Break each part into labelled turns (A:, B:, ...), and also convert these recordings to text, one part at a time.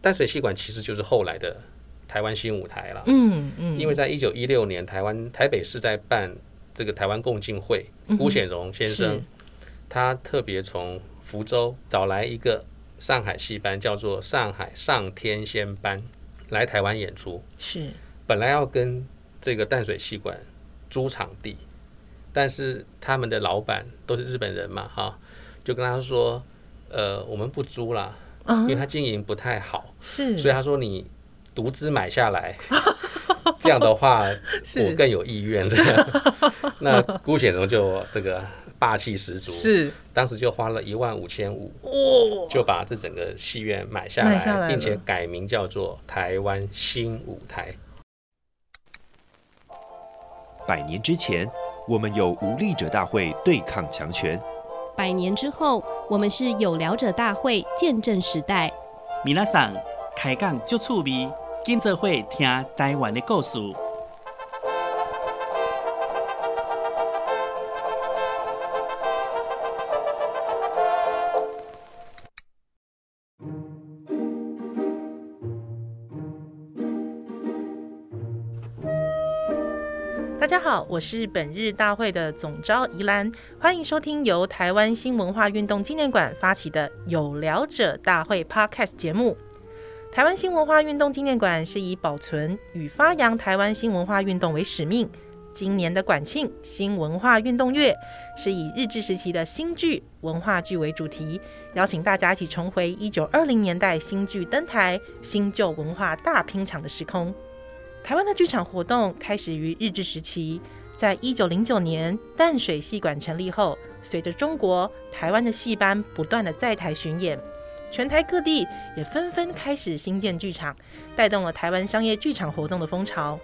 A: 淡水戏馆其实就是后来的台湾新舞台了，
B: 嗯嗯，
A: 因为在一九一六年，台湾台北市在办这个台湾共进会，辜显荣先
B: 嗯是
A: 生他特别从福州找来一个上海戏班，叫做上海上天仙班，来台湾演出。
B: 是
A: 本来要跟这个淡水戏馆租场地，但是他们的老板都是日本人嘛，哈、就跟他说，呃，我们不租啦，
B: 啊
A: 因为他经营不太好，
B: 是，
A: 所以他说你独资买下来， 这样的话我
B: 是
A: 更有意愿。 那辜显荣就这个霸气十足，
B: 是
A: 当时就花了一万五千五，
B: 哦，
A: 就把这整个戏院买下
B: 买下来了
A: 并且改名叫做台湾新舞台。
C: 百年之前，我们有无力者大会对抗强权。
D: 百年之后，我们是有聊者大会见证时代。
E: 皆さん开讲足趣味，跟做伙听台湾的故事。
B: 大家好，我是本日大会的总招宜兰，欢迎收听由台湾新文化运动纪念馆发起的“有聊者大会 ”Podcast 节目。台湾新文化运动纪念馆是以保存与发扬台湾新文化运动为使命。今年的馆庆新文化运动月是以日治时期的新剧、文化剧为主题，邀请大家一起重回一九二零年代新剧登台、新旧文化大拼场的时空。台湾的剧场活动开始于日治时期，在一九零九年淡水戏馆成立后，随着中国、台湾的戏班不断的在台巡演，全台各地也纷纷开始兴建剧场，带动了台湾商业剧场活动的风潮。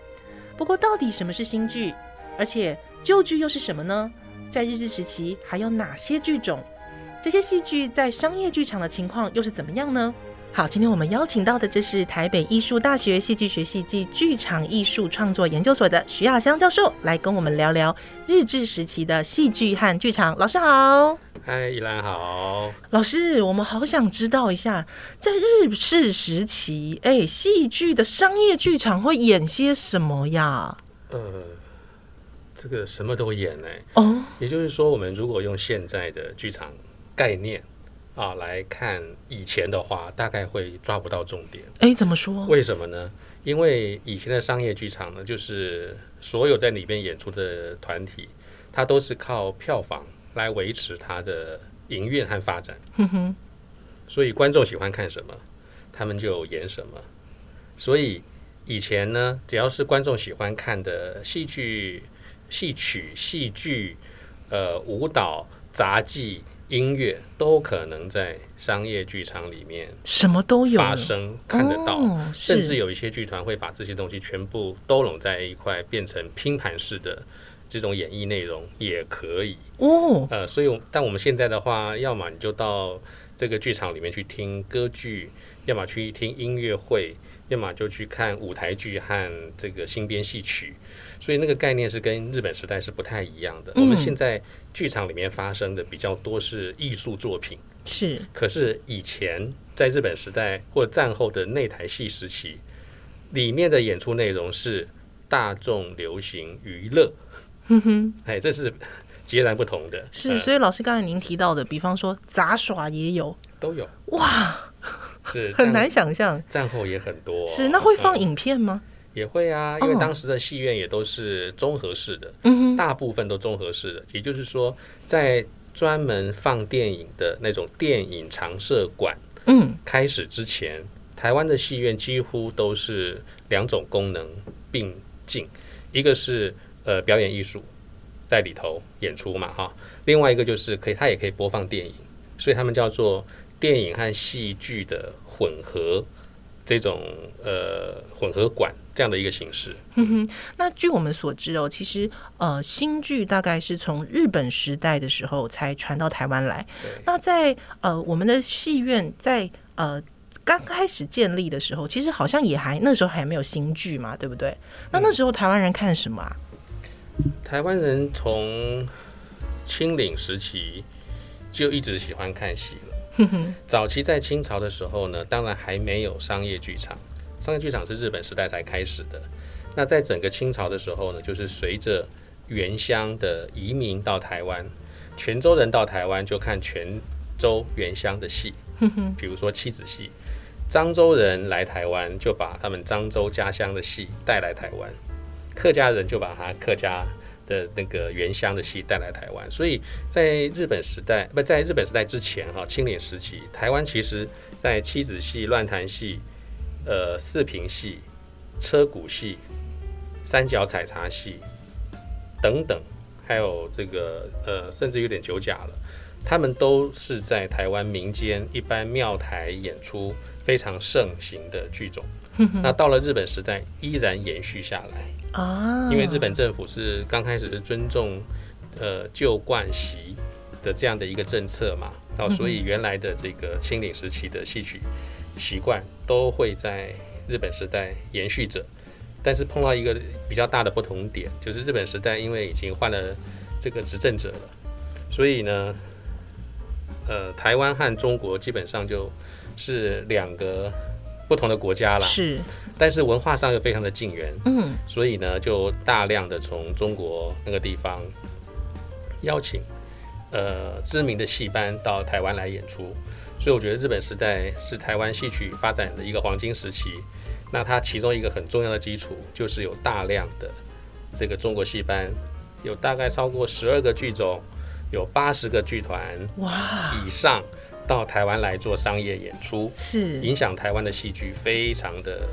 B: 不过，到底什么是新剧？而且旧剧又是什么呢？在日治时期还有哪些剧种？这些戏剧在商业剧场的情况又是怎么样呢？好，今天我们邀请到的这是台北艺术大学戏剧学系暨剧场艺术创作研究所的徐亚香教授，来跟我们聊聊日治时期的戏剧和剧场。老师好，
A: 嗨，依兰好。
B: 老师，我们好想知道一下，在日治时期，哎，戏剧的商业剧场会演些什么呀？
A: 呃，这个什么都演呢、
B: 哦，
A: 也就是说，我们如果用现在的剧场概念啊来看以前的话，大概会抓不到重点。
B: 哎，怎么说？
A: 为什么呢？因为以前的商业剧场呢，就是所有在里面演出的团体，它都是靠票房来维持它的营运和发展。
B: 哼哼，
A: 所以观众喜欢看什么，他们就演什么。所以以前呢，只要是观众喜欢看的戏剧、戏曲、戏剧、呃舞蹈、杂技、音乐，都可能在商业剧场里面
B: 什么都有，
A: 发生，看得到。
B: 哦、
A: 甚至
B: 有
A: 有一些剧团会把这些东西全部都拢在一块，变成拼盘式的这种演绎内容也可以。
B: 哦，
A: 呃，所以我但我们现在的话，要么你就到这个剧场里面去听歌剧，要么去听音乐会，要么就去看舞台剧和这个新编戏曲。所以那个概念是跟日本时代是不太一样的。我们
B: 嗯
A: 现在剧场里面发生的比较多是艺术作品，
B: 是
A: 可是以前在日本时代或战后的内台戏时期，里面的演出内容是大众流行娱乐，
B: 哼嗯哼。
A: 哎，这是截然不同的。
B: 是，
A: 呃
B: 所以老师刚才您提到的，比方说杂耍也有，
A: 都有
B: 哇，
A: 是
B: 很
A: 战
B: 难想象。
A: 战后也很多，
B: 是，那会放
A: 嗯、
B: 影片吗？
A: 也会啊，因为
B: 哦
A: 当时的戏院也都是综合式的，
B: 嗯哼，
A: 大部分都综合式的，也就是说，在专门放电影的那种电影常设馆
B: 嗯，
A: 开始之前，台湾的戏院几乎都是两种功能并进，一个是呃表演艺术在里头演出嘛哈，另外一个就是可以它也可以播放电影，所以他们叫做电影和戏剧的混合这种呃混合馆这样的一个形式。
B: 那据我们所知哦，其实呃，新剧大概是从日本时代的时候才传到台湾来。那在呃，我们的戏院在呃刚开始建立的时候，其实好像也还那时候还没有新剧嘛，对不对？那那时候台湾人看什么啊？
A: 台湾人从清领时期就一直喜欢看戏了，早期在清朝的时候呢，当然还没有商业剧场，商业剧场是日本时代才开始的。那在整个清朝的时候呢，就是随着原乡的移民到台湾，泉州人到台湾就看泉州原乡的戏，比如说妻子戏。漳州人来台湾，就把他们漳州家乡的戏带来台湾；客家人就把他客家的那个原乡的戏带来台湾。所以在日本时代，不在日本时代之前哈，清领时期，台湾其实在妻子戏、乱弹戏、呃四平戏、车鼓戏、三角采茶戏等等，还有这个呃，甚至有点九甲了，他们都是在台湾民间一般庙台演出。非常盛行的剧种。那到了日本时代，依然延续下来，
B: 啊，
A: 因为日本政府是刚开始是尊重呃旧惯习的这样的一个政策嘛，哦，所以原来的这个清领时期的戏曲习惯都会在日本时代延续着。但是碰到一个比较大的不同点，就是日本时代因为已经换了这个执政者了，所以呢，呃，台湾和中国基本上就是两个不同的国家啦。
B: 是，
A: 但是文化上又非常的近缘，
B: 嗯，
A: 所以呢，就大量的从中国那个地方邀请呃知名的戏班到台湾来演出，所以我觉得日本时代是台湾戏曲发展的一个黄金时期。那它其中一个很重要的基础就是有大量的这个中国戏班，有大概超过十二个剧种，有八十个剧团
B: 哇，
A: 以上到台湾来做商业演出。
B: 是，
A: 影响台湾的戏剧非常的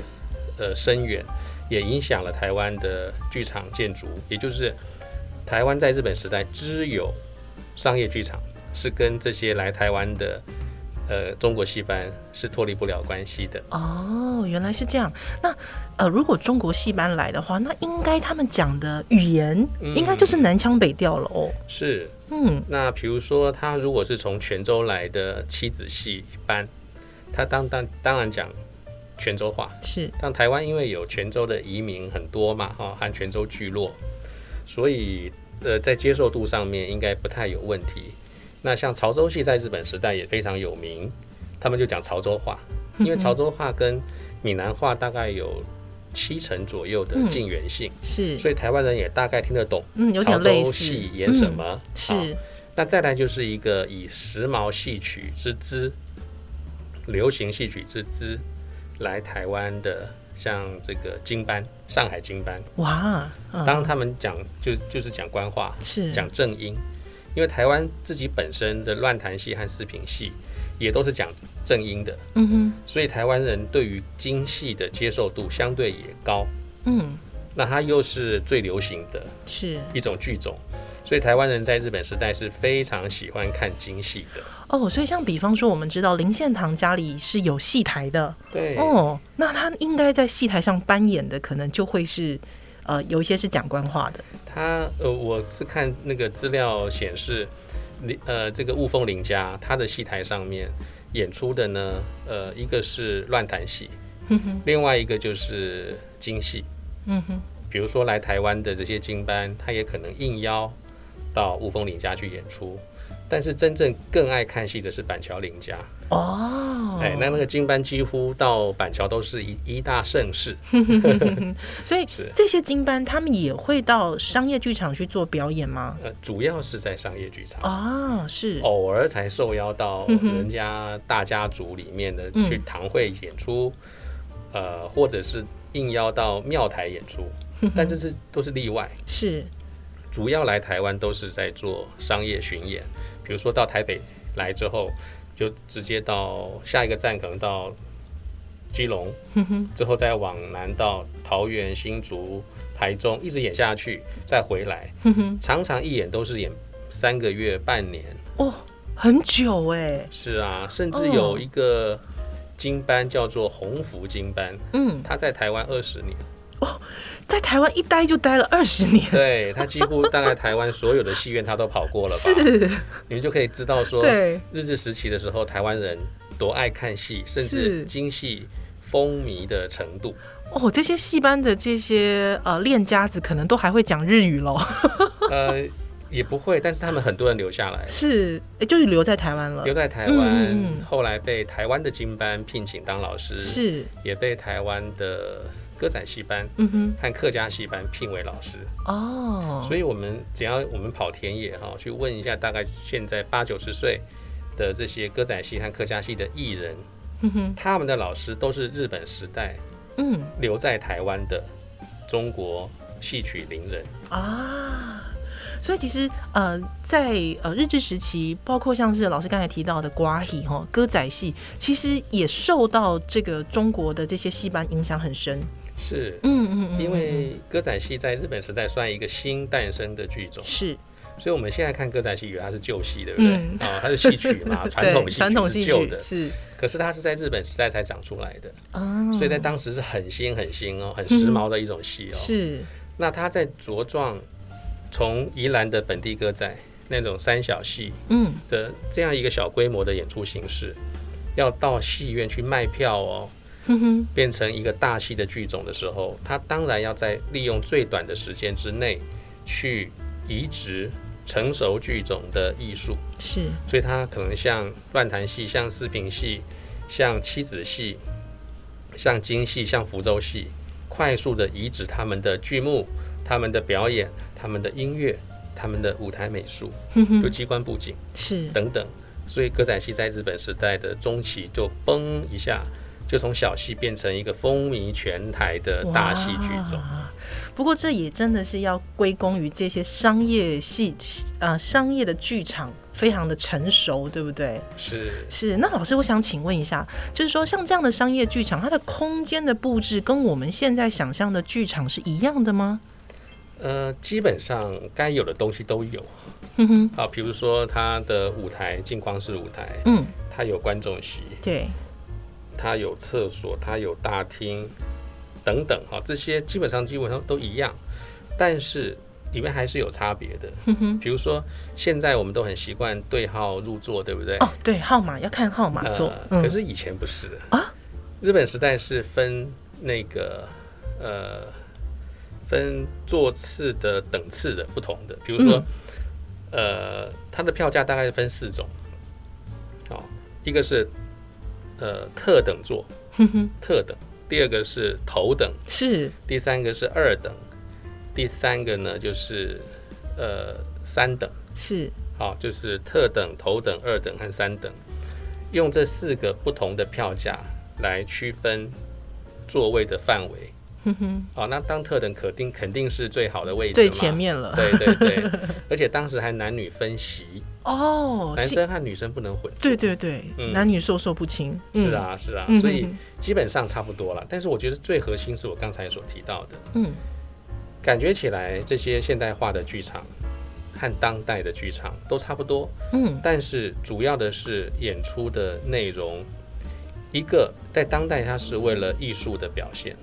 A: 呃深远，也影响了台湾的剧场建筑，也就是台湾在日本时代只有商业剧场是跟这些来台湾的呃中国戏班是脱离不了关系的。
B: 哦，原来是这样。那呃，如果中国戏班来的话，那应该他们讲的语言
A: 嗯
B: 应该就是南腔北调了哦。
A: 是，
B: 嗯，
A: 那比如说他如果是从泉州来的妻子戏班，他当当当然讲泉州话，
B: 是，
A: 像台湾因为有泉州的移民很多嘛，哈、和泉州聚落，所以呃在接受度上面应该不太有问题。那像潮州戏在日本时代也非常有名，他们就讲潮州话，因为潮州话跟闽南话大概有七成左右的近缘性，
B: 是，
A: 所以台湾人也大概听得懂
B: 嗯，有
A: 潮
B: 点类
A: 州
B: 似。
A: 戏演什么。
B: 嗯？
A: 啊
B: 是，
A: 那再来就是一个以时髦戏曲之姿、流行戏曲之姿来台湾的，像这个京班、上海京班，
B: 哇，嗯
A: 当他们讲就就是讲官话，
B: 是
A: 讲正音，因为台湾自己本身的乱弹戏和四平戏也都是讲正音的，
B: 嗯哼，
A: 所以台湾人对于京戏的接受度相对也高。
B: 嗯，
A: 那它又是最流行的
B: 是
A: 一种剧种，所以台湾人在日本时代是非常喜欢看京戏的。
B: 哦，所以像比方说，我们知道林献堂家里是有戏台的
A: 对，
B: 哦，那他应该在戏台上扮演的，可能就会是呃，有一些是讲官话的，
A: 他呃，我是看那个资料显示，你呃，这个雾峰林家他的戏台上面演出的呢，呃，一个是乱弹戏，另外一个就是京戏。
B: 嗯哼，
A: 比如说来台湾的这些京班，他也可能应邀到雾峰林家去演出。但是真正更爱看戏的是板桥林家，
B: 哦，
A: 哎、那那个京班几乎到板桥都是一一大盛事。
B: 所以
A: 是
B: 这些京班他们也会到商业剧场去做表演吗？
A: 呃，主要是在商业剧场。
B: 啊，是，
A: 偶尔才受邀到人家大家族里面的
B: 嗯
A: 去堂会演出，呃，或者是应邀到庙台演出，
B: 嗯
A: 但这是都是例外。
B: 是，
A: 主要来台湾都是在做商业巡演，比如说到台北来之后，就直接到下一个站可能到基隆，
B: 嗯
A: 之后再往南到桃园、新竹、台中，一直演下去，再回来，
B: 嗯
A: 常常一演都是演三个月、半年。
B: 哦，很久哎、
A: 是啊，甚至有
B: 哦
A: 一个金班叫做鸿福金班，
B: 嗯，
A: 他在台湾二十年，
B: 在台湾一待就待了二十 年，
A: 对他几乎大概台湾所有的戏院他都跑过了吧？
B: 是，
A: 你们就可以知道说，
B: 对，
A: 日治时期的时候，台湾人多爱看戏，甚
B: 是
A: 至京戏风靡的程 度。
B: 哦，这些戏班的这些呃练家子可能都还会讲日语喽。
A: 呃，也不会，但是他们很多人留下来，
B: 是，哎，就留在台湾了
A: 留，在台湾，
B: 嗯嗯嗯
A: 后来被台湾的金班聘请当老师，
B: 是，
A: 也被台湾的歌仔戏班
B: 嗯哼，
A: 和客家戏班聘为老师。
B: 哦，
A: 所以我们只要我们跑田野哈、去问一下大概现在八九十岁的这些歌仔戏和客家戏的艺人，
B: 嗯哼，
A: 他们的老师都是日本时代
B: 嗯
A: 留在台湾的中国戏曲伶人。
B: 啊。所以其实呃，在呃日治时期，包括像是老师刚才提到的瓜戏哈、歌仔戏，其实也受到这个中国的这些戏班影响很深。
A: 是
B: 嗯嗯嗯，
A: 因
B: 嗯
A: 为歌仔戏在日本时代算一个新诞生的剧种，
B: 是
A: 所以我们现在看歌仔戏，以为它是旧戏，对不对？
B: 嗯
A: 啊、它是戏曲嘛，传统
B: 对
A: 戏
B: 传统
A: 曲
B: 戏
A: 是旧
B: 剧
A: 的，
B: 是
A: 可是它是在日本时代才长出来的，
B: 啊，
A: 所以在当时是很新很新哦，
B: 嗯
A: 很时髦的一种戏哦。
B: 是
A: 那他在茁壮从宜兰的本地歌仔那种三小戏
B: 嗯
A: 的这样一个小规模的演出形式，要到戏院去卖票哦，
B: 哼嗯哼
A: 变成一个大戏的剧种的时候，他当然要在利用最短的时间之内去移植成熟剧种的艺术，
B: 是
A: 所以他可能像乱弹戏、像四平戏、像妻子戏、像京戏、像福州戏，快速的移植他们的剧目、他们的表演、他们的音乐、他们的舞台美术，
B: 哼嗯哼
A: 就机关布景
B: 是
A: 等等。所以歌仔戏在日本时代的中期就嘣一下，就从小戏变成一个风靡全台的大戏剧啊种。
B: 哇不过这也真的是要归功于这些商业戏呃商业的剧场非常的成熟，对不对？
A: 是
B: 是。那老师，我想请问一下，就是说像这样的商业剧场，它的空间的布置跟我们现在想象的剧场是一样的吗？
A: 呃，基本上该有的东西都有
B: 哼嗯哼，
A: 啊，比如说它的舞台镜框式舞台，
B: 嗯，
A: 它有观众席，
B: 对，
A: 它有厕所，它有大厅等等哈，这些基本上基本上都一样，但是里面还是有差别的。
B: 哼嗯哼。
A: 比如说，现在我们都很习惯对号入座，对不对？
B: 哦，对，号码要看号码做，
A: 呃可
B: 嗯，
A: 是以前不是
B: 啊。
A: 日本时代是分那个呃分座次的等次的不同的，比如
B: 嗯
A: 说、呃，它的票价大概分四种，哦，一个是呃特等座，
B: 哼嗯哼，
A: 特等，第二个是头等，
B: 是
A: 第三个是二等，第三个呢就是呃三等，
B: 是，
A: 好、就是特等、头等、二等和三等，用这四个不同的票价来区分座位的范围。
B: 哼哼，
A: 哦，那当特等肯定肯定是最好的位置，
B: 最前。面了。
A: 对对对，而且当时还男女分席，
B: 哦，
A: 男
B: 是
A: 生和女生不能混。
B: 对对对，
A: 嗯
B: 男女授受不亲。
A: 是啊，是啊
B: 嗯，，
A: 所以
B: 嗯
A: 基本上差不多了。但是我觉得最核心是我刚才所提到的，
B: 嗯，
A: 感觉起来这些现代化的剧场和当代的剧场都差不多，
B: 嗯
A: 但是主要的是演出的内容。一个在当代，它是为了艺术的表现，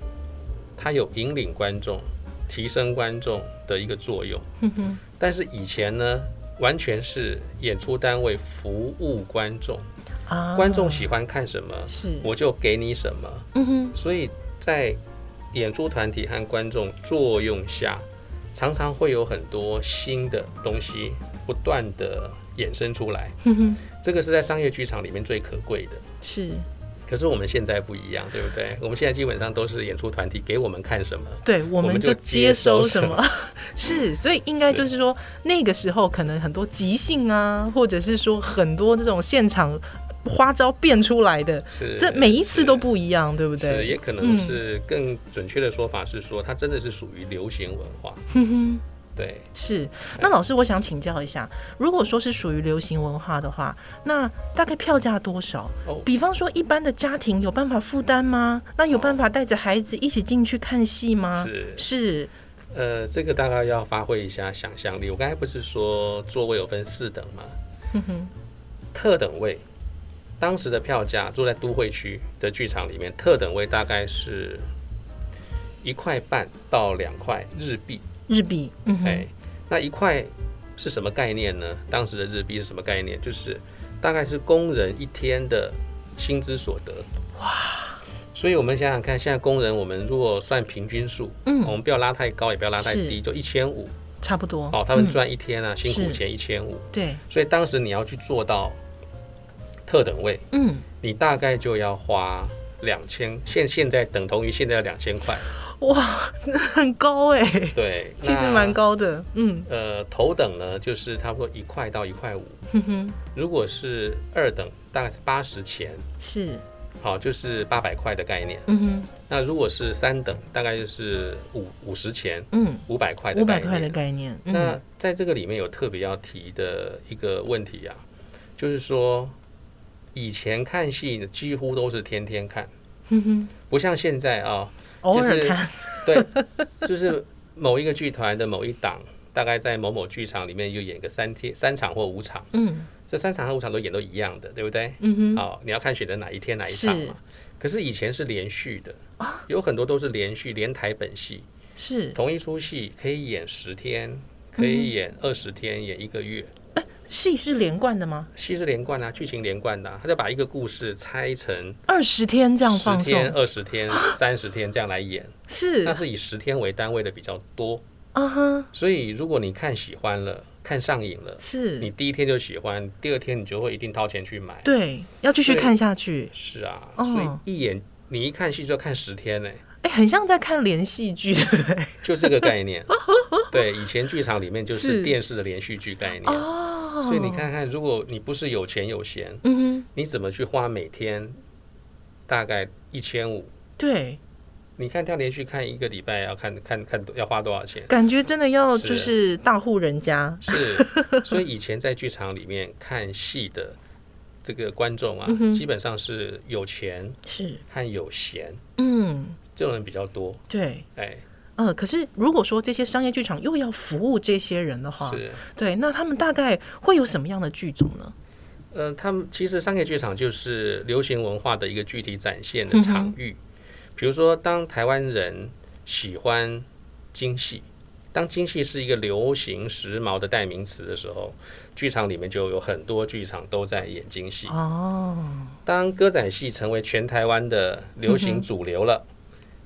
A: 它有引领观众、提升观众的一个作用。
B: 哼嗯哼，
A: 但是以前呢，完全是演出单位服务观众，
B: 啊，
A: 观众喜欢看什么，
B: 是，
A: 我就给你什么。
B: 嗯哼，
A: 所以在演出团体和观众作用下，常常会有很多新的东西不断的衍生出来。
B: 哼嗯哼，
A: 这个是在商业剧场里面最可贵的。
B: 是
A: 可是我们现在不一样，对不对？我们现在基本上都是演出团体给我们看什么，
B: 对，我
A: 我
B: 们
A: 们就
B: 就接
A: 接
B: 收
A: 收
B: 什
A: 什
B: 么
A: 么，
B: 是，所以应该就是说，那个时候可能很多即兴啊，或者是说很多这种现场花招变出来的，
A: 是
B: 这每一次都
A: 是
B: 不一样，对不
A: 是，
B: 对？
A: 也可能是更准确的说法是说，它真的是属于流行文化。
B: 哼嗯哼。
A: 对，
B: 是，那老师，我想请教一下，如果说是属于流行文化的话，那大概票价多少？
A: 哦，
B: 比方说，一般的家庭有办法负担吗？那有办法带着孩子一起进去看戏吗？
A: 是
B: 是，
A: 呃，这个大概要发挥一下想象力。我刚才不是说座位有分四等吗？
B: 哼哼，
A: 特等位，当时的票价住在都会区的剧场里面，特等位大概是一块半到两块日币。
B: 日币，嗯哼，
A: 哎，那一块是什么概念呢？当时的日币是什么概念？就是大概是工人一天的薪资所得。哇！所以我们想想看，现在工人我们如果算平均数，
B: 嗯
A: 我们不要拉太高，也不要拉太
B: 是
A: 低，就一千五
B: 差不多。
A: 哦，他们
B: 嗯
A: 赚一天啊，辛苦
B: 是
A: 钱一千五，
B: 对，
A: 所以当时你要去做到特等位，
B: 嗯，
A: 你大概就要花两千，现现在等同于现在的两千块，
B: 哇， 很高哎、
A: 对，
B: 其实
A: 那
B: 蛮。高的。嗯
A: 呃，头等呢就是差不多一块到一块五，
B: 哼哼，
A: 如果是二等，大概是八十钱，
B: 是，
A: 好，就是八百块的概念。
B: 嗯哼，
A: 那如果是三等，大概就是五五十钱，
B: 嗯，
A: 五百块的
B: 五
A: 概
B: 百
A: 念。
B: 块的概念。嗯
A: 那在这个里面有特别要提的一个问题啊，就是说以前看戏几乎都是天天看，
B: 哼嗯哼，
A: 不像现在啊，
B: 嗯偶尔
A: 就是
B: 看，
A: 对，就是某一个剧团的某一档，大概在某某剧场里面就演个三天三场或五场，
B: 嗯
A: 这三场和五场都演都一样的，对不对？
B: 嗯哼，
A: 好、你要看选择哪一天哪一场嘛。可是以前是连续的，
B: 哦
A: 有很多都是连续连台本戏，
B: 是
A: 同一出戏可以演十天，可
B: 嗯
A: 以演二十天，演一个月。
B: 戏是连贯的吗？
A: 戏是连贯啊，剧情连贯的、啊，他就把一个故事拆成
B: 二十天这样
A: 十
B: 放
A: 天、
B: 送，
A: 二十天、三十天这样来演。
B: 是
A: 那是以十天为单位的比较多，
B: 啊哈，
A: 所以如果你看喜欢了，看上瘾了，你
B: 是，
A: 第一天就喜欢，第二天你就会一定掏钱去买。
B: 对，要继续
A: 对
B: 看下去。
A: 是啊，
B: 哦
A: 所以一眼你一看戏就要看十天呢、
B: 哎、很像在看连续剧， 对不对？
A: 就这个概 念。对，以前剧场里面就是
B: 是
A: 电视的连续剧概念。
B: 哦，
A: 所以你，看看，如果你不是有钱有闲，
B: 嗯
A: 你怎么去花每天大概一千五？
B: 哼，对，？
A: 你看他连续看一个礼拜，要看看看要花多少钱
B: 感觉真的要
A: 是
B: 就是大户人家，
A: 是，所以以前在剧场里面看戏的这个观众啊，
B: 嗯哼
A: 基本上是有钱
B: 是，
A: 和有闲
B: 嗯，
A: 这种人比较多。
B: 对。
A: 哎，
B: 呃，可是如果说这些商业剧场又要服务这些人的话，
A: 是，
B: 对，那他们大概会有什么样的剧种呢？
A: 呃，他们其实商业剧场就是流行文化的一个具体展现
B: 嗯
A: 的场域。比如说，当台湾人喜欢京戏，当京戏是一个流行时髦的代名词的时候，剧场里面就有很多剧场都在演京戏。
B: 哦，
A: 当歌仔戏成为全台湾的流
B: 嗯
A: 行主流了，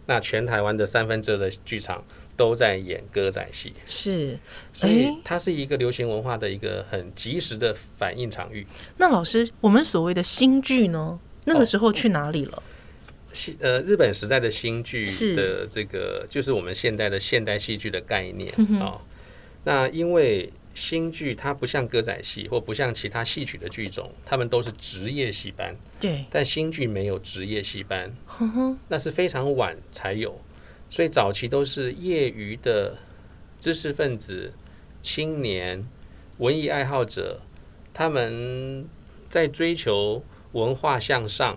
A: 那全台湾的三分之二的剧场都在演歌仔戏，
B: 是。
A: 所以
B: 诶
A: 它是一个流行文化的一个很及时的反应场域。
B: 那老师，我们所谓的新剧呢，那个
A: 哦
B: 时候去哪里了？
A: 戏呃，日本时代的新剧
B: 是
A: 的这个，就是我们现代的现代戏剧的概念啊、
B: 嗯哼
A: 哦那因为新剧它不像歌仔戏或不像其他戏曲的剧种，他们都是职业戏班，
B: 对，
A: 但新剧没有职业戏班，
B: 哼哼，
A: 那是非常晚才有，所以早期都是业余的知识分子、青年、文艺爱好者，他们在追求文化向上、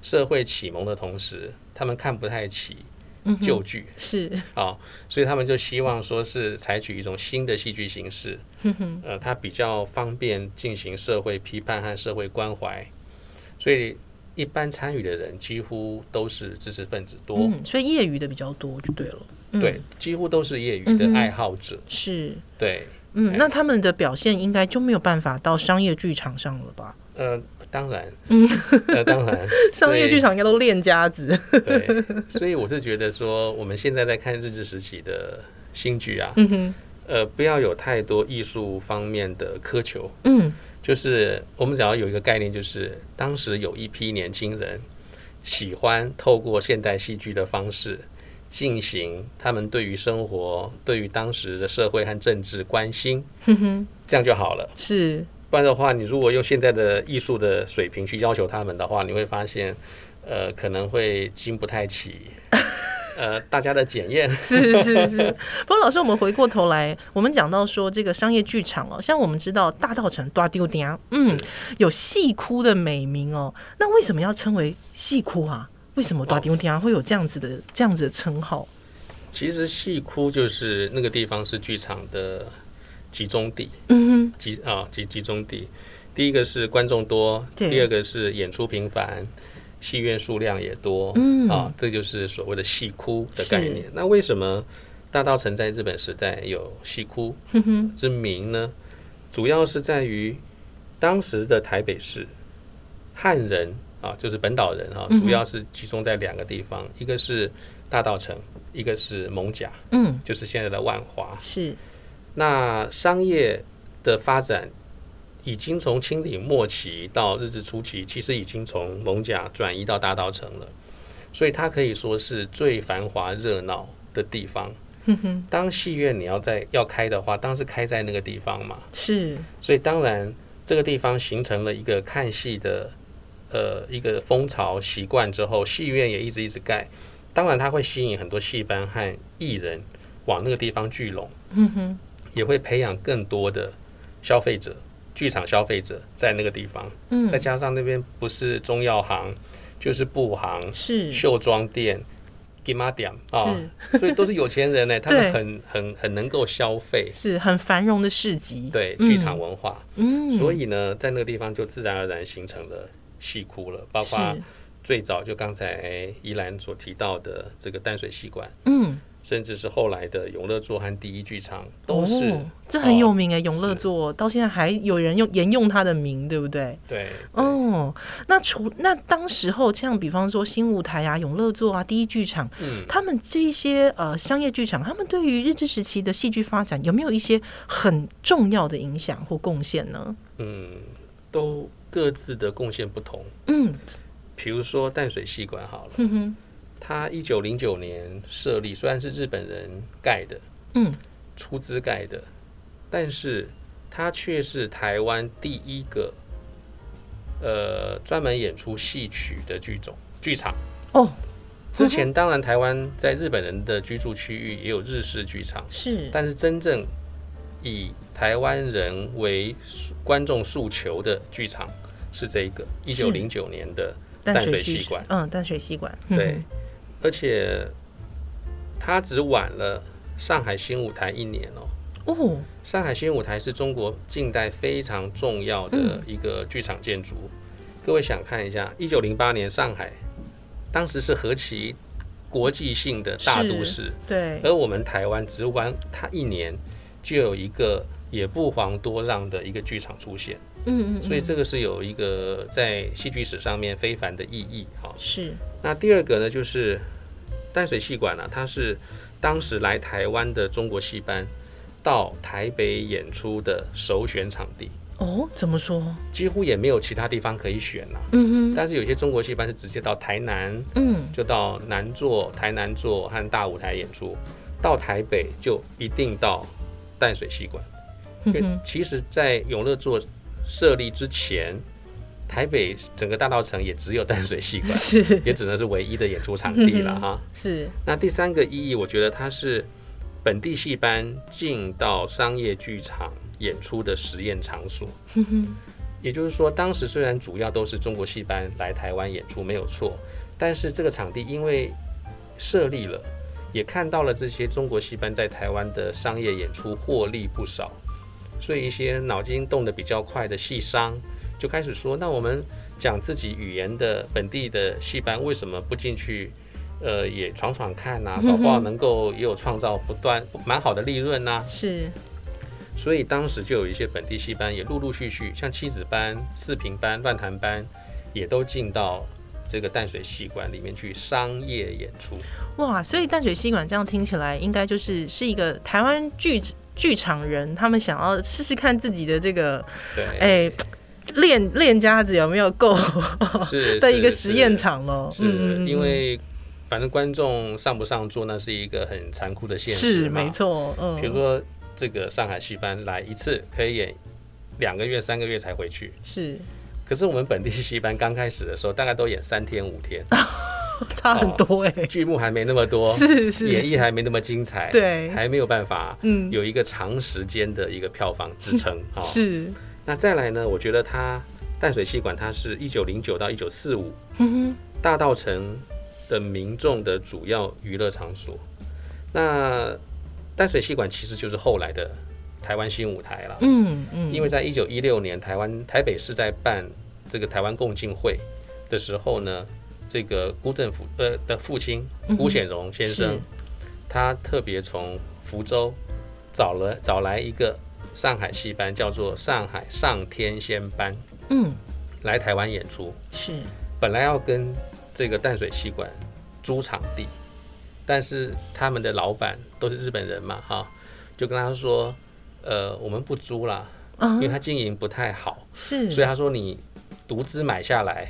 A: 社会启蒙的同时，他们看不太起
B: 嗯哼
A: 旧剧
B: 是，
A: 啊、所以他们就希望说是采取一种新的戏剧形式，
B: 哼嗯哼，
A: 呃，它比较方便进行社会批判和社会关怀，所以。一般参与的人几乎都是知识分子多，
B: 嗯，所以业余的比较多就对了。嗯、
A: 对，，几乎都是业余
B: 嗯
A: 的
B: 哼
A: 爱好者。
B: 是，
A: 对，
B: 嗯，
A: 哎
B: 那他们的表现应该就没有办法到商业剧场上了吧？
A: 呃，当然，
B: 嗯，
A: 呃，当然，
B: 商
A: 所
B: 业
A: 以
B: 剧场应该都练家子。
A: 对，所以我是觉得说，我们现在在看日治时期的新剧啊，
B: 嗯哼，
A: 呃，不要有太多艺术方面的苛求，
B: 嗯，
A: 就是我们只要有一个概念，就是当时有一批年轻人喜欢透过现代戏剧的方式。进行他们对于生活、对于当时的社会和政治关心，
B: 哼嗯哼，
A: 这样就好了。
B: 是，
A: 不然的话，你如果用现在的艺术的水平去要求他们的话，你会发现，呃，可能会经不太 起，呃，大家的检验。
B: 是是 是。不过老师，我们回过头来，我们讲到说这个商业剧场哦，像我们知道大道城大丢丁，嗯，有戏窟的美名哦。那为什么要称为戏窟啊？为什么大丢丁啊会有这样子的这样子的称号？
A: 其实戏窟就是那个地方是剧场的集中地，
B: 嗯哼，
A: 集啊、集集中地。第一个是观众多，
B: 对
A: 第二个是演出频繁，戏院数量也多，
B: 嗯
A: 啊，这就是所谓的戏窟的概
B: 是
A: 念。那为什么大道城在日本时代有戏窟
B: 哼嗯哼，
A: 之名呢？主要是在于当时的台北市汉人啊，就是本岛人啊，
B: 嗯哼
A: 主要是集中在两个地方，一个是大道城，一个是蒙甲，
B: 嗯，
A: 就是现在的万华。
B: 是，
A: 那商业的发展已经从清领末期到日治初期，其实已经从蒙甲转移到大稻城了，所以它可以说是最繁华热闹的地方。
B: 哼哼，
A: 当戏院你要在要开的话，当然是开在那个地方嘛，
B: 是
A: 所以当然这个地方形成了一个看戏的呃一个风潮习惯之后，戏院也一直一直盖，当然它会吸引很多戏班和艺人往那个地方聚拢，
B: 嗯哼，
A: 也会培养更多的消费者，剧场消费者在那个地方，再
B: 嗯，
A: 加上那边不是中药行就是布行、
B: 是
A: 绣庄店。金马店啊，
B: 是
A: 所以都是有钱人 呢，他
B: 对
A: 们很很很能够消费，
B: 是很繁荣的市集，
A: 对
B: 嗯
A: 剧场文化，
B: 嗯，
A: 所以呢，在那个地方就自然而然形成了戏窟了，包括
B: 是
A: 最早就刚才宜兰所提到的这个淡水戏馆，
B: 嗯，
A: 甚至是后来的永乐座和第一剧场，都是、
B: 哦这很有
A: 哦
B: 名哎，永乐
A: 是
B: 座到现在还有人用沿用它的名，对不对？
A: 对哦，
B: 哦，那除那当时候像比方说新舞台啊、永乐座啊、第一剧场，
A: 嗯，
B: 他们这一些呃商业剧场，他们对于日治时期的戏剧发展有没有一些很重要的影响或贡献呢？
A: 嗯，都各自的贡献不同。
B: 嗯，
A: 比如说淡水戏馆好了，
B: 哼嗯哼，
A: 它一九零九年设立，虽然是日本人盖的，
B: 嗯，
A: 出资盖的，但是它却是台湾第一个呃专门演出戏曲的剧种剧场。
B: 哦，
A: 之前当然台湾在日本人的居住区域也有日式剧场，
B: 是
A: 但是真正以台湾人为诉观众诉求的剧场是这一个一
B: 是
A: 九零九年的
B: 淡
A: 淡水
B: 水戏
A: 戏馆嗯
B: 嗯，淡水戏馆，
A: 对，而且他只晚了上海新舞台一年哦。
B: 嗯哼，哦，
A: 上海新舞台是中国近代非常重要的一个剧场建筑。各位想看一下，一九零八年上海，当时是何其国际性的大都市，
B: 对，
A: 而我们台湾只玩它一年，就有一个也不遑多让的一个剧场出现，
B: 嗯嗯，
A: 所以这
B: 个
A: 个是有一个在戏剧史上面非凡的意义哈。
B: 是
A: 那第二个呢，就是淡水戏馆呢、啊它是当时来台湾的中国戏班到台北演出的首选场地，
B: 哦，怎么说？
A: 几乎也没有其他地方可以选啦、
B: 嗯哼，
A: 但是有些中国戏班是直接到台南，
B: 嗯，
A: 就到南座、台南座和大舞台演出，到台北就一定到淡水戏馆。
B: 哼
A: 因为
B: 哼，，
A: 其实，在永乐座设立之前，台北整个大道城也只有淡水戏馆
B: 是
A: 也只 能是唯一的演出场地了哈。
B: 是，
A: 那第三个意义，我觉得它是本地戏班进到商业剧场演出的实验场所。
B: 哼哼，
A: 也就是说，当时虽然主要都是中国戏班来台湾演出没有错，但是这个场地因为设立了，也看到了这些中国戏班在台湾的商业演出获利不少，所以一些脑筋动得比较快的戏商就开始说：那我们讲自己语言的本地的戏班为什么不进去？呃，也闯闯看
B: 嗯
A: 呐、搞不好能够也有创造不断蛮好的利润呐、
B: 是
A: 所以当时就有一些本地戏班也陆陆续续，像七子班、四平班、乱弹班，也都进到这个淡水戏馆里面去商业演出。
B: 哇，所以淡水戏馆这样听起来，应该就是是一个台湾剧剧场人，他们想要试试看自己的这个
A: 对，
B: 哎练练家子有没有够
A: 是
B: 的一个
A: 是
B: 实验场嗯喽。
A: 是，是因为反正观众上不上座，那是一个很残酷的现实
B: 是
A: 嘛
B: 没。错，嗯，
A: 比如说这个上海戏班来一次可以演两个月、三个月才回去，
B: 是
A: 可是我们本地戏班刚开始的时候，大概都演三天五天，
B: 差很多哎、
A: 剧目还没那么多，
B: 啊是是
A: 演绎还没那么精彩，
B: 对
A: 还没有办法，
B: 嗯
A: 有一个长时间的一个票房支 撑啊、哦。，
B: 是，
A: 那再来呢？我觉得它淡水戏馆，它是一九零九到一九四五
B: 嗯
A: 大道城的民众的主要娱乐场所。那淡水戏馆其实就是后来的台湾新舞台了，
B: 嗯嗯，
A: 因为在一九一六年台湾台北市在办这个台湾共进会的时候呢，这个辜政府呃的父亲辜显荣先生，
B: 嗯是
A: 他特别从福州找了找来一个上海戏班，叫做上海上天仙班，
B: 嗯
A: 来台湾演出。
B: 是
A: 本来要跟这个淡水戏馆租场地，但是他们的老板都是日本人嘛，哈、就跟他说，呃，我们不租啦，因
B: 嗯
A: 为，他经营不太好，
B: 是，
A: 所以他说你独资买下来，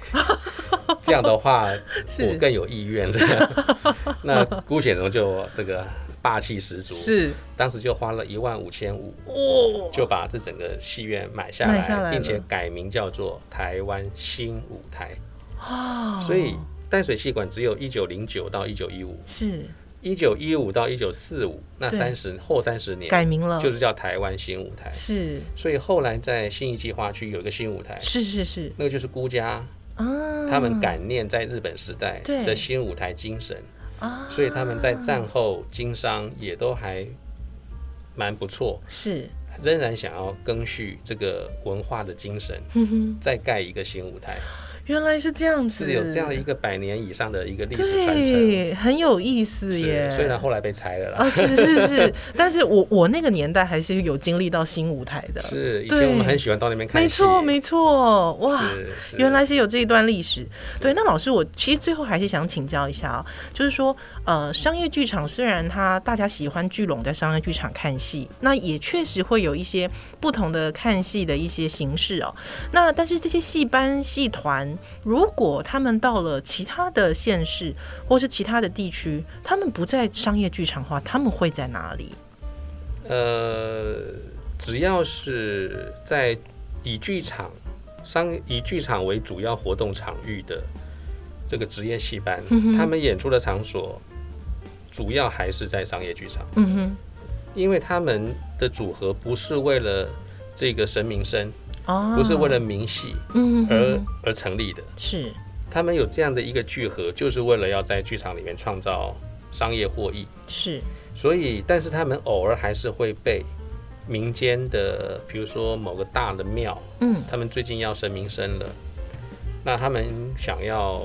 A: 这样的话我
B: 是
A: 更有意愿。 这样，那辜显荣就这个霸气十足，
B: 是
A: 当时就花了一万五千五
B: 哦，
A: 就把这整个戏院买下
B: 买
A: 来，
B: 下来
A: 并且
B: 了
A: 改名叫做台湾新舞台。
B: 啊
A: 所以淡水戏馆只有一九零九到一九一五，
B: 是
A: 一九一五到一九四五那
B: 对
A: 三十后三十年
B: 改名了，
A: 就是叫台湾新舞台。
B: 是
A: 所以后来在信义计划区有一个新舞台，
B: 是是是
A: 那个就是辜家
B: 啊，
A: 他们感念在日本时代
B: 对
A: 的新舞台精神，
B: 啊，
A: 所以他们在战后经商也都还蛮不错，
B: 是，
A: 仍然想要赓续这个文化的精神，
B: 哼哼，
A: 再盖一个新舞台，
B: 原来是这样
A: 嗯
B: 子，
A: 是有这样的一个百年以上的一个历史传承。
B: 对，很有意思耶
A: 是，。虽然后来被拆了啦，
B: 啊，是是是，但是我我那个年代还是有经历到新舞台的，
A: 是以
B: 对
A: 前我们很喜欢到那边看戏，
B: 没错没错，哇，
A: 是是
B: 原来是有这一段历史。对，那老师，我其实最后还是想请教一下啊、就是说，呃，商业剧场虽然它大家喜欢聚拢在商业剧场看戏，那也确实会有一些不同的看戏的一些形式哦。那但是这些戏班、戏团，如果他们到了其他的县市或是其他的地区，他们不在商业剧场化，他们会在哪里？
A: 呃，只要是在以剧场商以剧场为主要活动场域的这个职业戏班，
B: 嗯哼
A: 他们演出的场所主要还是在商业剧场，
B: 嗯哼，
A: 因为他们的组合不是为了这个神明生，
B: 哦，
A: 不是为了名戏
B: 嗯哼
A: 而、
B: 哼
A: 而成立的。
B: 是
A: 他们有这样的一个聚合，就是为了要在剧场里面创造商业获益。
B: 是
A: 所以，但是他们偶尔还是会被民间的，比如说某个大的庙，
B: 嗯
A: 他们最近要神明生了，那他们想要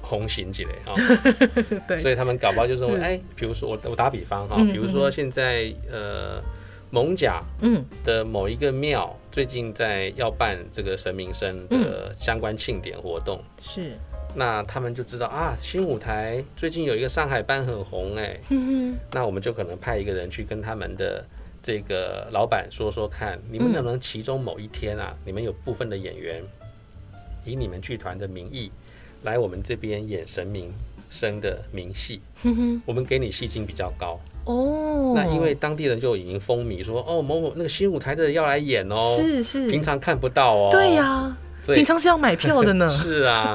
A: 红行起来啊，
B: 对
A: 所以他们搞不好就是说，
B: 是
A: 哎，比如说我我打比方哈、
B: 嗯
A: 比如说现在呃蒙甲
B: 嗯
A: 的某一个庙最近在要办这个神明生
B: 嗯
A: 的相关庆典活动。
B: 是
A: 那他们就知道啊，新舞台最近有一个上海班很红哎、
B: 嗯哼
A: 那我们就可能派一个人去跟他们的这个老板说说看，你们能不能其中某一天
B: 嗯
A: 啊，你们有部分的演员以你们剧团的名义来我们这边演神明生的名戏，
B: 哼嗯哼。
A: 我们给你戏金比较高。
B: 哦，
A: 那因为当地人就已经风靡说，哦，某某那个新舞台的要来演哦，
B: 是是，
A: 平常看不到哦。
B: 对呀、
A: 所以
B: 平常是要买票的呢。
A: 是 啊，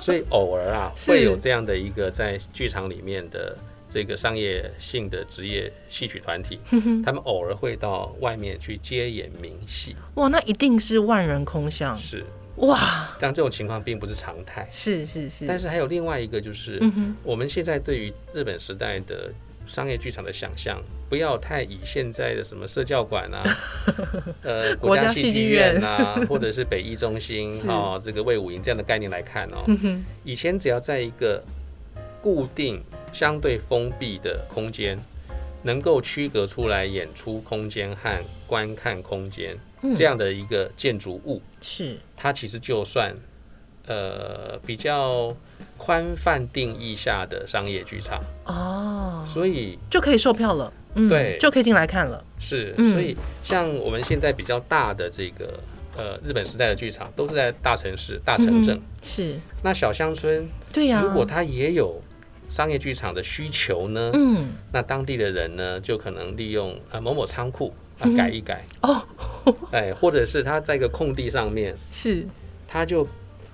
A: 所以偶尔啊
B: 是
A: 会有这样的一个在剧场里面的这个商业性的职业戏曲团 体，他们偶尔会到外面去接演名戏，
B: 哇，那一定是万人空巷
A: 是，
B: 哇！
A: 但这种情况并不是常态。
B: 是是是，
A: 但是还有另外一个就是，
B: 嗯哼，
A: 我们现在对于日本时代的商业剧场的想象，不要太以现在的什么社教馆 啊，呃，
B: 国家戏
A: 戏
B: 剧
A: 剧院啊，或者是北艺中心
B: 是
A: 哦，这个魏武营这样的概念来看哦，
B: 嗯哼，
A: 以前只要在一个固定、相对封闭的空间，能够区隔出来演出空间和观看空间
B: 嗯
A: 这样的一个建筑物，
B: 是
A: 它其实就算呃比较宽泛定义下的商业剧场，
B: 哦，
A: 所以
B: 就可以售票了，嗯，
A: 对
B: 就可以进来看了，
A: 是
B: 嗯
A: 所以像我们现在比较大的这个呃日本时代的剧场，都是在大城市、大城镇，
B: 嗯哼是，
A: 那小乡村
B: 对呀、
A: 如果它也有商业剧场的需求呢，
B: 嗯，
A: 那当地的人呢，就可能利用啊、呃某某仓库啊
B: 嗯哼
A: 改一改，
B: 哦，
A: 哎，或者是他在一个空地上面，
B: 是，
A: 他就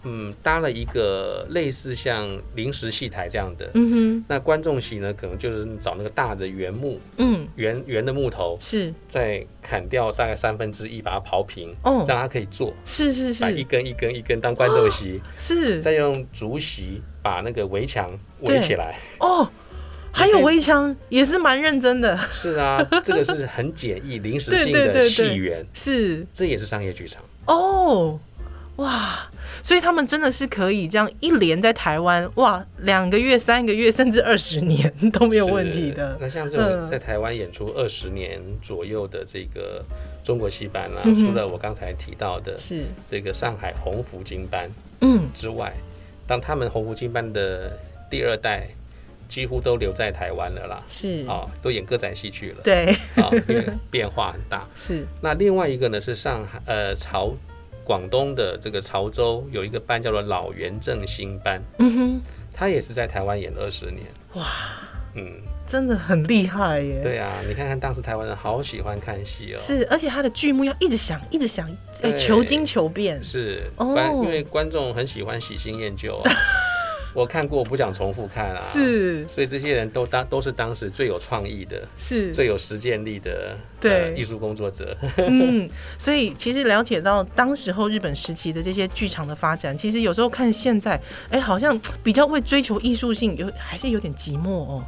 A: 嗯搭了一个类似像临时戏台这样的。
B: 嗯
A: 那观众席呢，可能就是找那个大的原木
B: 哼，嗯，
A: 圆圆的木头，
B: 是，
A: 再砍掉大概三分之一，把它刨平，
B: 哦，
A: 让它可以坐，
B: 是是哦
A: 把一
B: 是
A: 根一根一根当观众席，
B: 是，
A: 再用竹席把那个围墙围
B: 对
A: 起来。
B: 哦，还有围墙也是蛮认真的，
A: 是 啊，这个是很简易临时
B: 对
A: 性
B: 对对
A: 的
B: 对
A: 戏园，
B: 是
A: 这也是商业剧场。
B: 哦，哇！所以他们真的是可以这样一连在台湾，哇，两个月、三个月，甚至二十年都没有问题
A: 是
B: 的。
A: 那像这种
B: 嗯
A: 在台湾演出二十年左右的这个中国戏班啊，
B: 嗯哼
A: 除了我刚才提到的
B: 是，
A: 这个上海红福金班
B: 嗯，
A: 之外，当他们红福金班的第二代几乎都留在台湾了啦，
B: 是，
A: 哦，都演歌仔戏去了，
B: 嗯对，
A: 啊、变 变化很大。
B: 是，
A: 那另外一个呢是上海呃潮广东的这个潮州有一个班叫做老园振兴班，
B: 嗯哼，
A: 他也是在台湾演了二十年。哇，嗯，
B: 真的很厉害耶。
A: 对啊，你看看当时台湾人好喜欢看戏哦，
B: 是，而且他的剧目要一直想，一直想，哎，
A: 对
B: 求精求变。
A: 是
B: 哦
A: 观、因为观众很喜欢喜新厌旧 啊，我看过我不想重复看啊，，
B: 是
A: 所以这些人都当都是当时最有创意的、
B: 是，
A: 最有实践力的
B: 对
A: 呃艺术工作 者，
B: 嗯，所以其实了解到当时候日本时期的这些剧场的发展，其实有时候看现在，哎，好像比较为追求艺术性，有还是有点寂寞哦。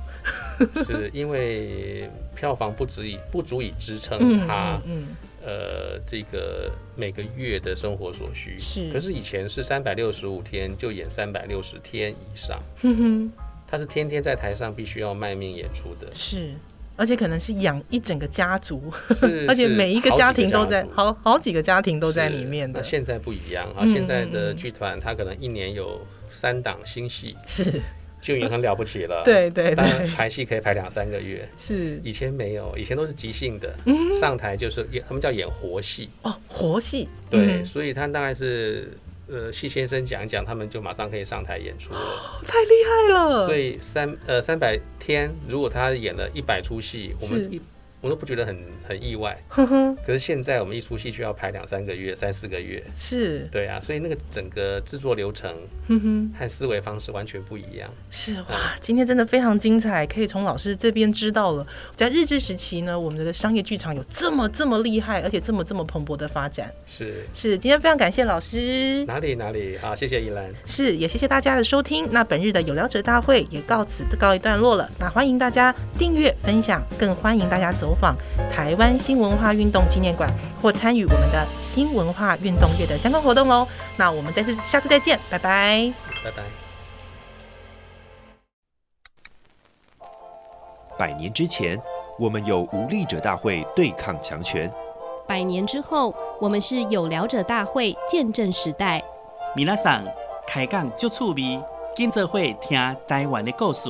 A: 是因为票房不足以不足以支撑
B: 嗯
A: 他
B: 嗯、嗯，
A: 呃这个每个月的生活所需。
B: 是
A: 可是以前是三百六十五天就演三百六十天以上，
B: 哼哼，，
A: 他是天天在台上必须要卖命演出的
B: 是。而且可能是养一整个家族，
A: 是
B: 而且
A: 是
B: 每一个
A: 好几
B: 家庭都在
A: 族
B: 好好几个家庭都在
A: 是
B: 里面的
A: 那，现在不一样啊，
B: 嗯
A: 现在的
B: 嗯嗯
A: 剧团它可能一年有三档新戏，
B: 是。。
A: 就已经很了不起了
B: 对对
A: 呃当然
B: 对，
A: 排戏可以排两三个月，
B: 是
A: 以前没有，以前都是即兴的，
B: 嗯
A: 上台就是演，他们叫演活戏，
B: 哦，活戏
A: 对，
B: 嗯
A: 所以他大概是呃戏先生讲一讲，他们就马上可以上台演出 了。
B: 太厉害了，
A: 所以三呃三百天，如果他演了一百出戏，我
B: 是
A: 们一我都不觉得很很意外。
B: 呵呵，
A: 可是现在我们一出戏就要排两三个月、三四个月，
B: 是，
A: 对啊，所以那个整个制作流程
B: 哼嗯哼。
A: 和思维方式完全不一样。
B: 是哇，今天真的非常精彩，可以从老师这边知道了，在日治时期呢，我们的商业剧场有这么这么厉害，而且这么这么蓬勃的发展。
A: 是
B: 是，今天非常感谢老师，
A: 哪里哪里好，谢谢依兰。
B: 是也谢谢大家的收听。那本日的有聊者大会也告此告一段落了。那欢迎大家订阅、分享，更欢迎大家走访台湾新文化运动纪念馆或参与我们的新文化运动月的相关活动哦。那我们再次下次再见，拜拜。
A: 拜拜。
C: 百年之前，我们有无力者大会对抗强权；
D: 百年之后，我们是有聊者大会见证时代。
E: 米拉桑开讲足趣味，跟做伙听台湾的故事。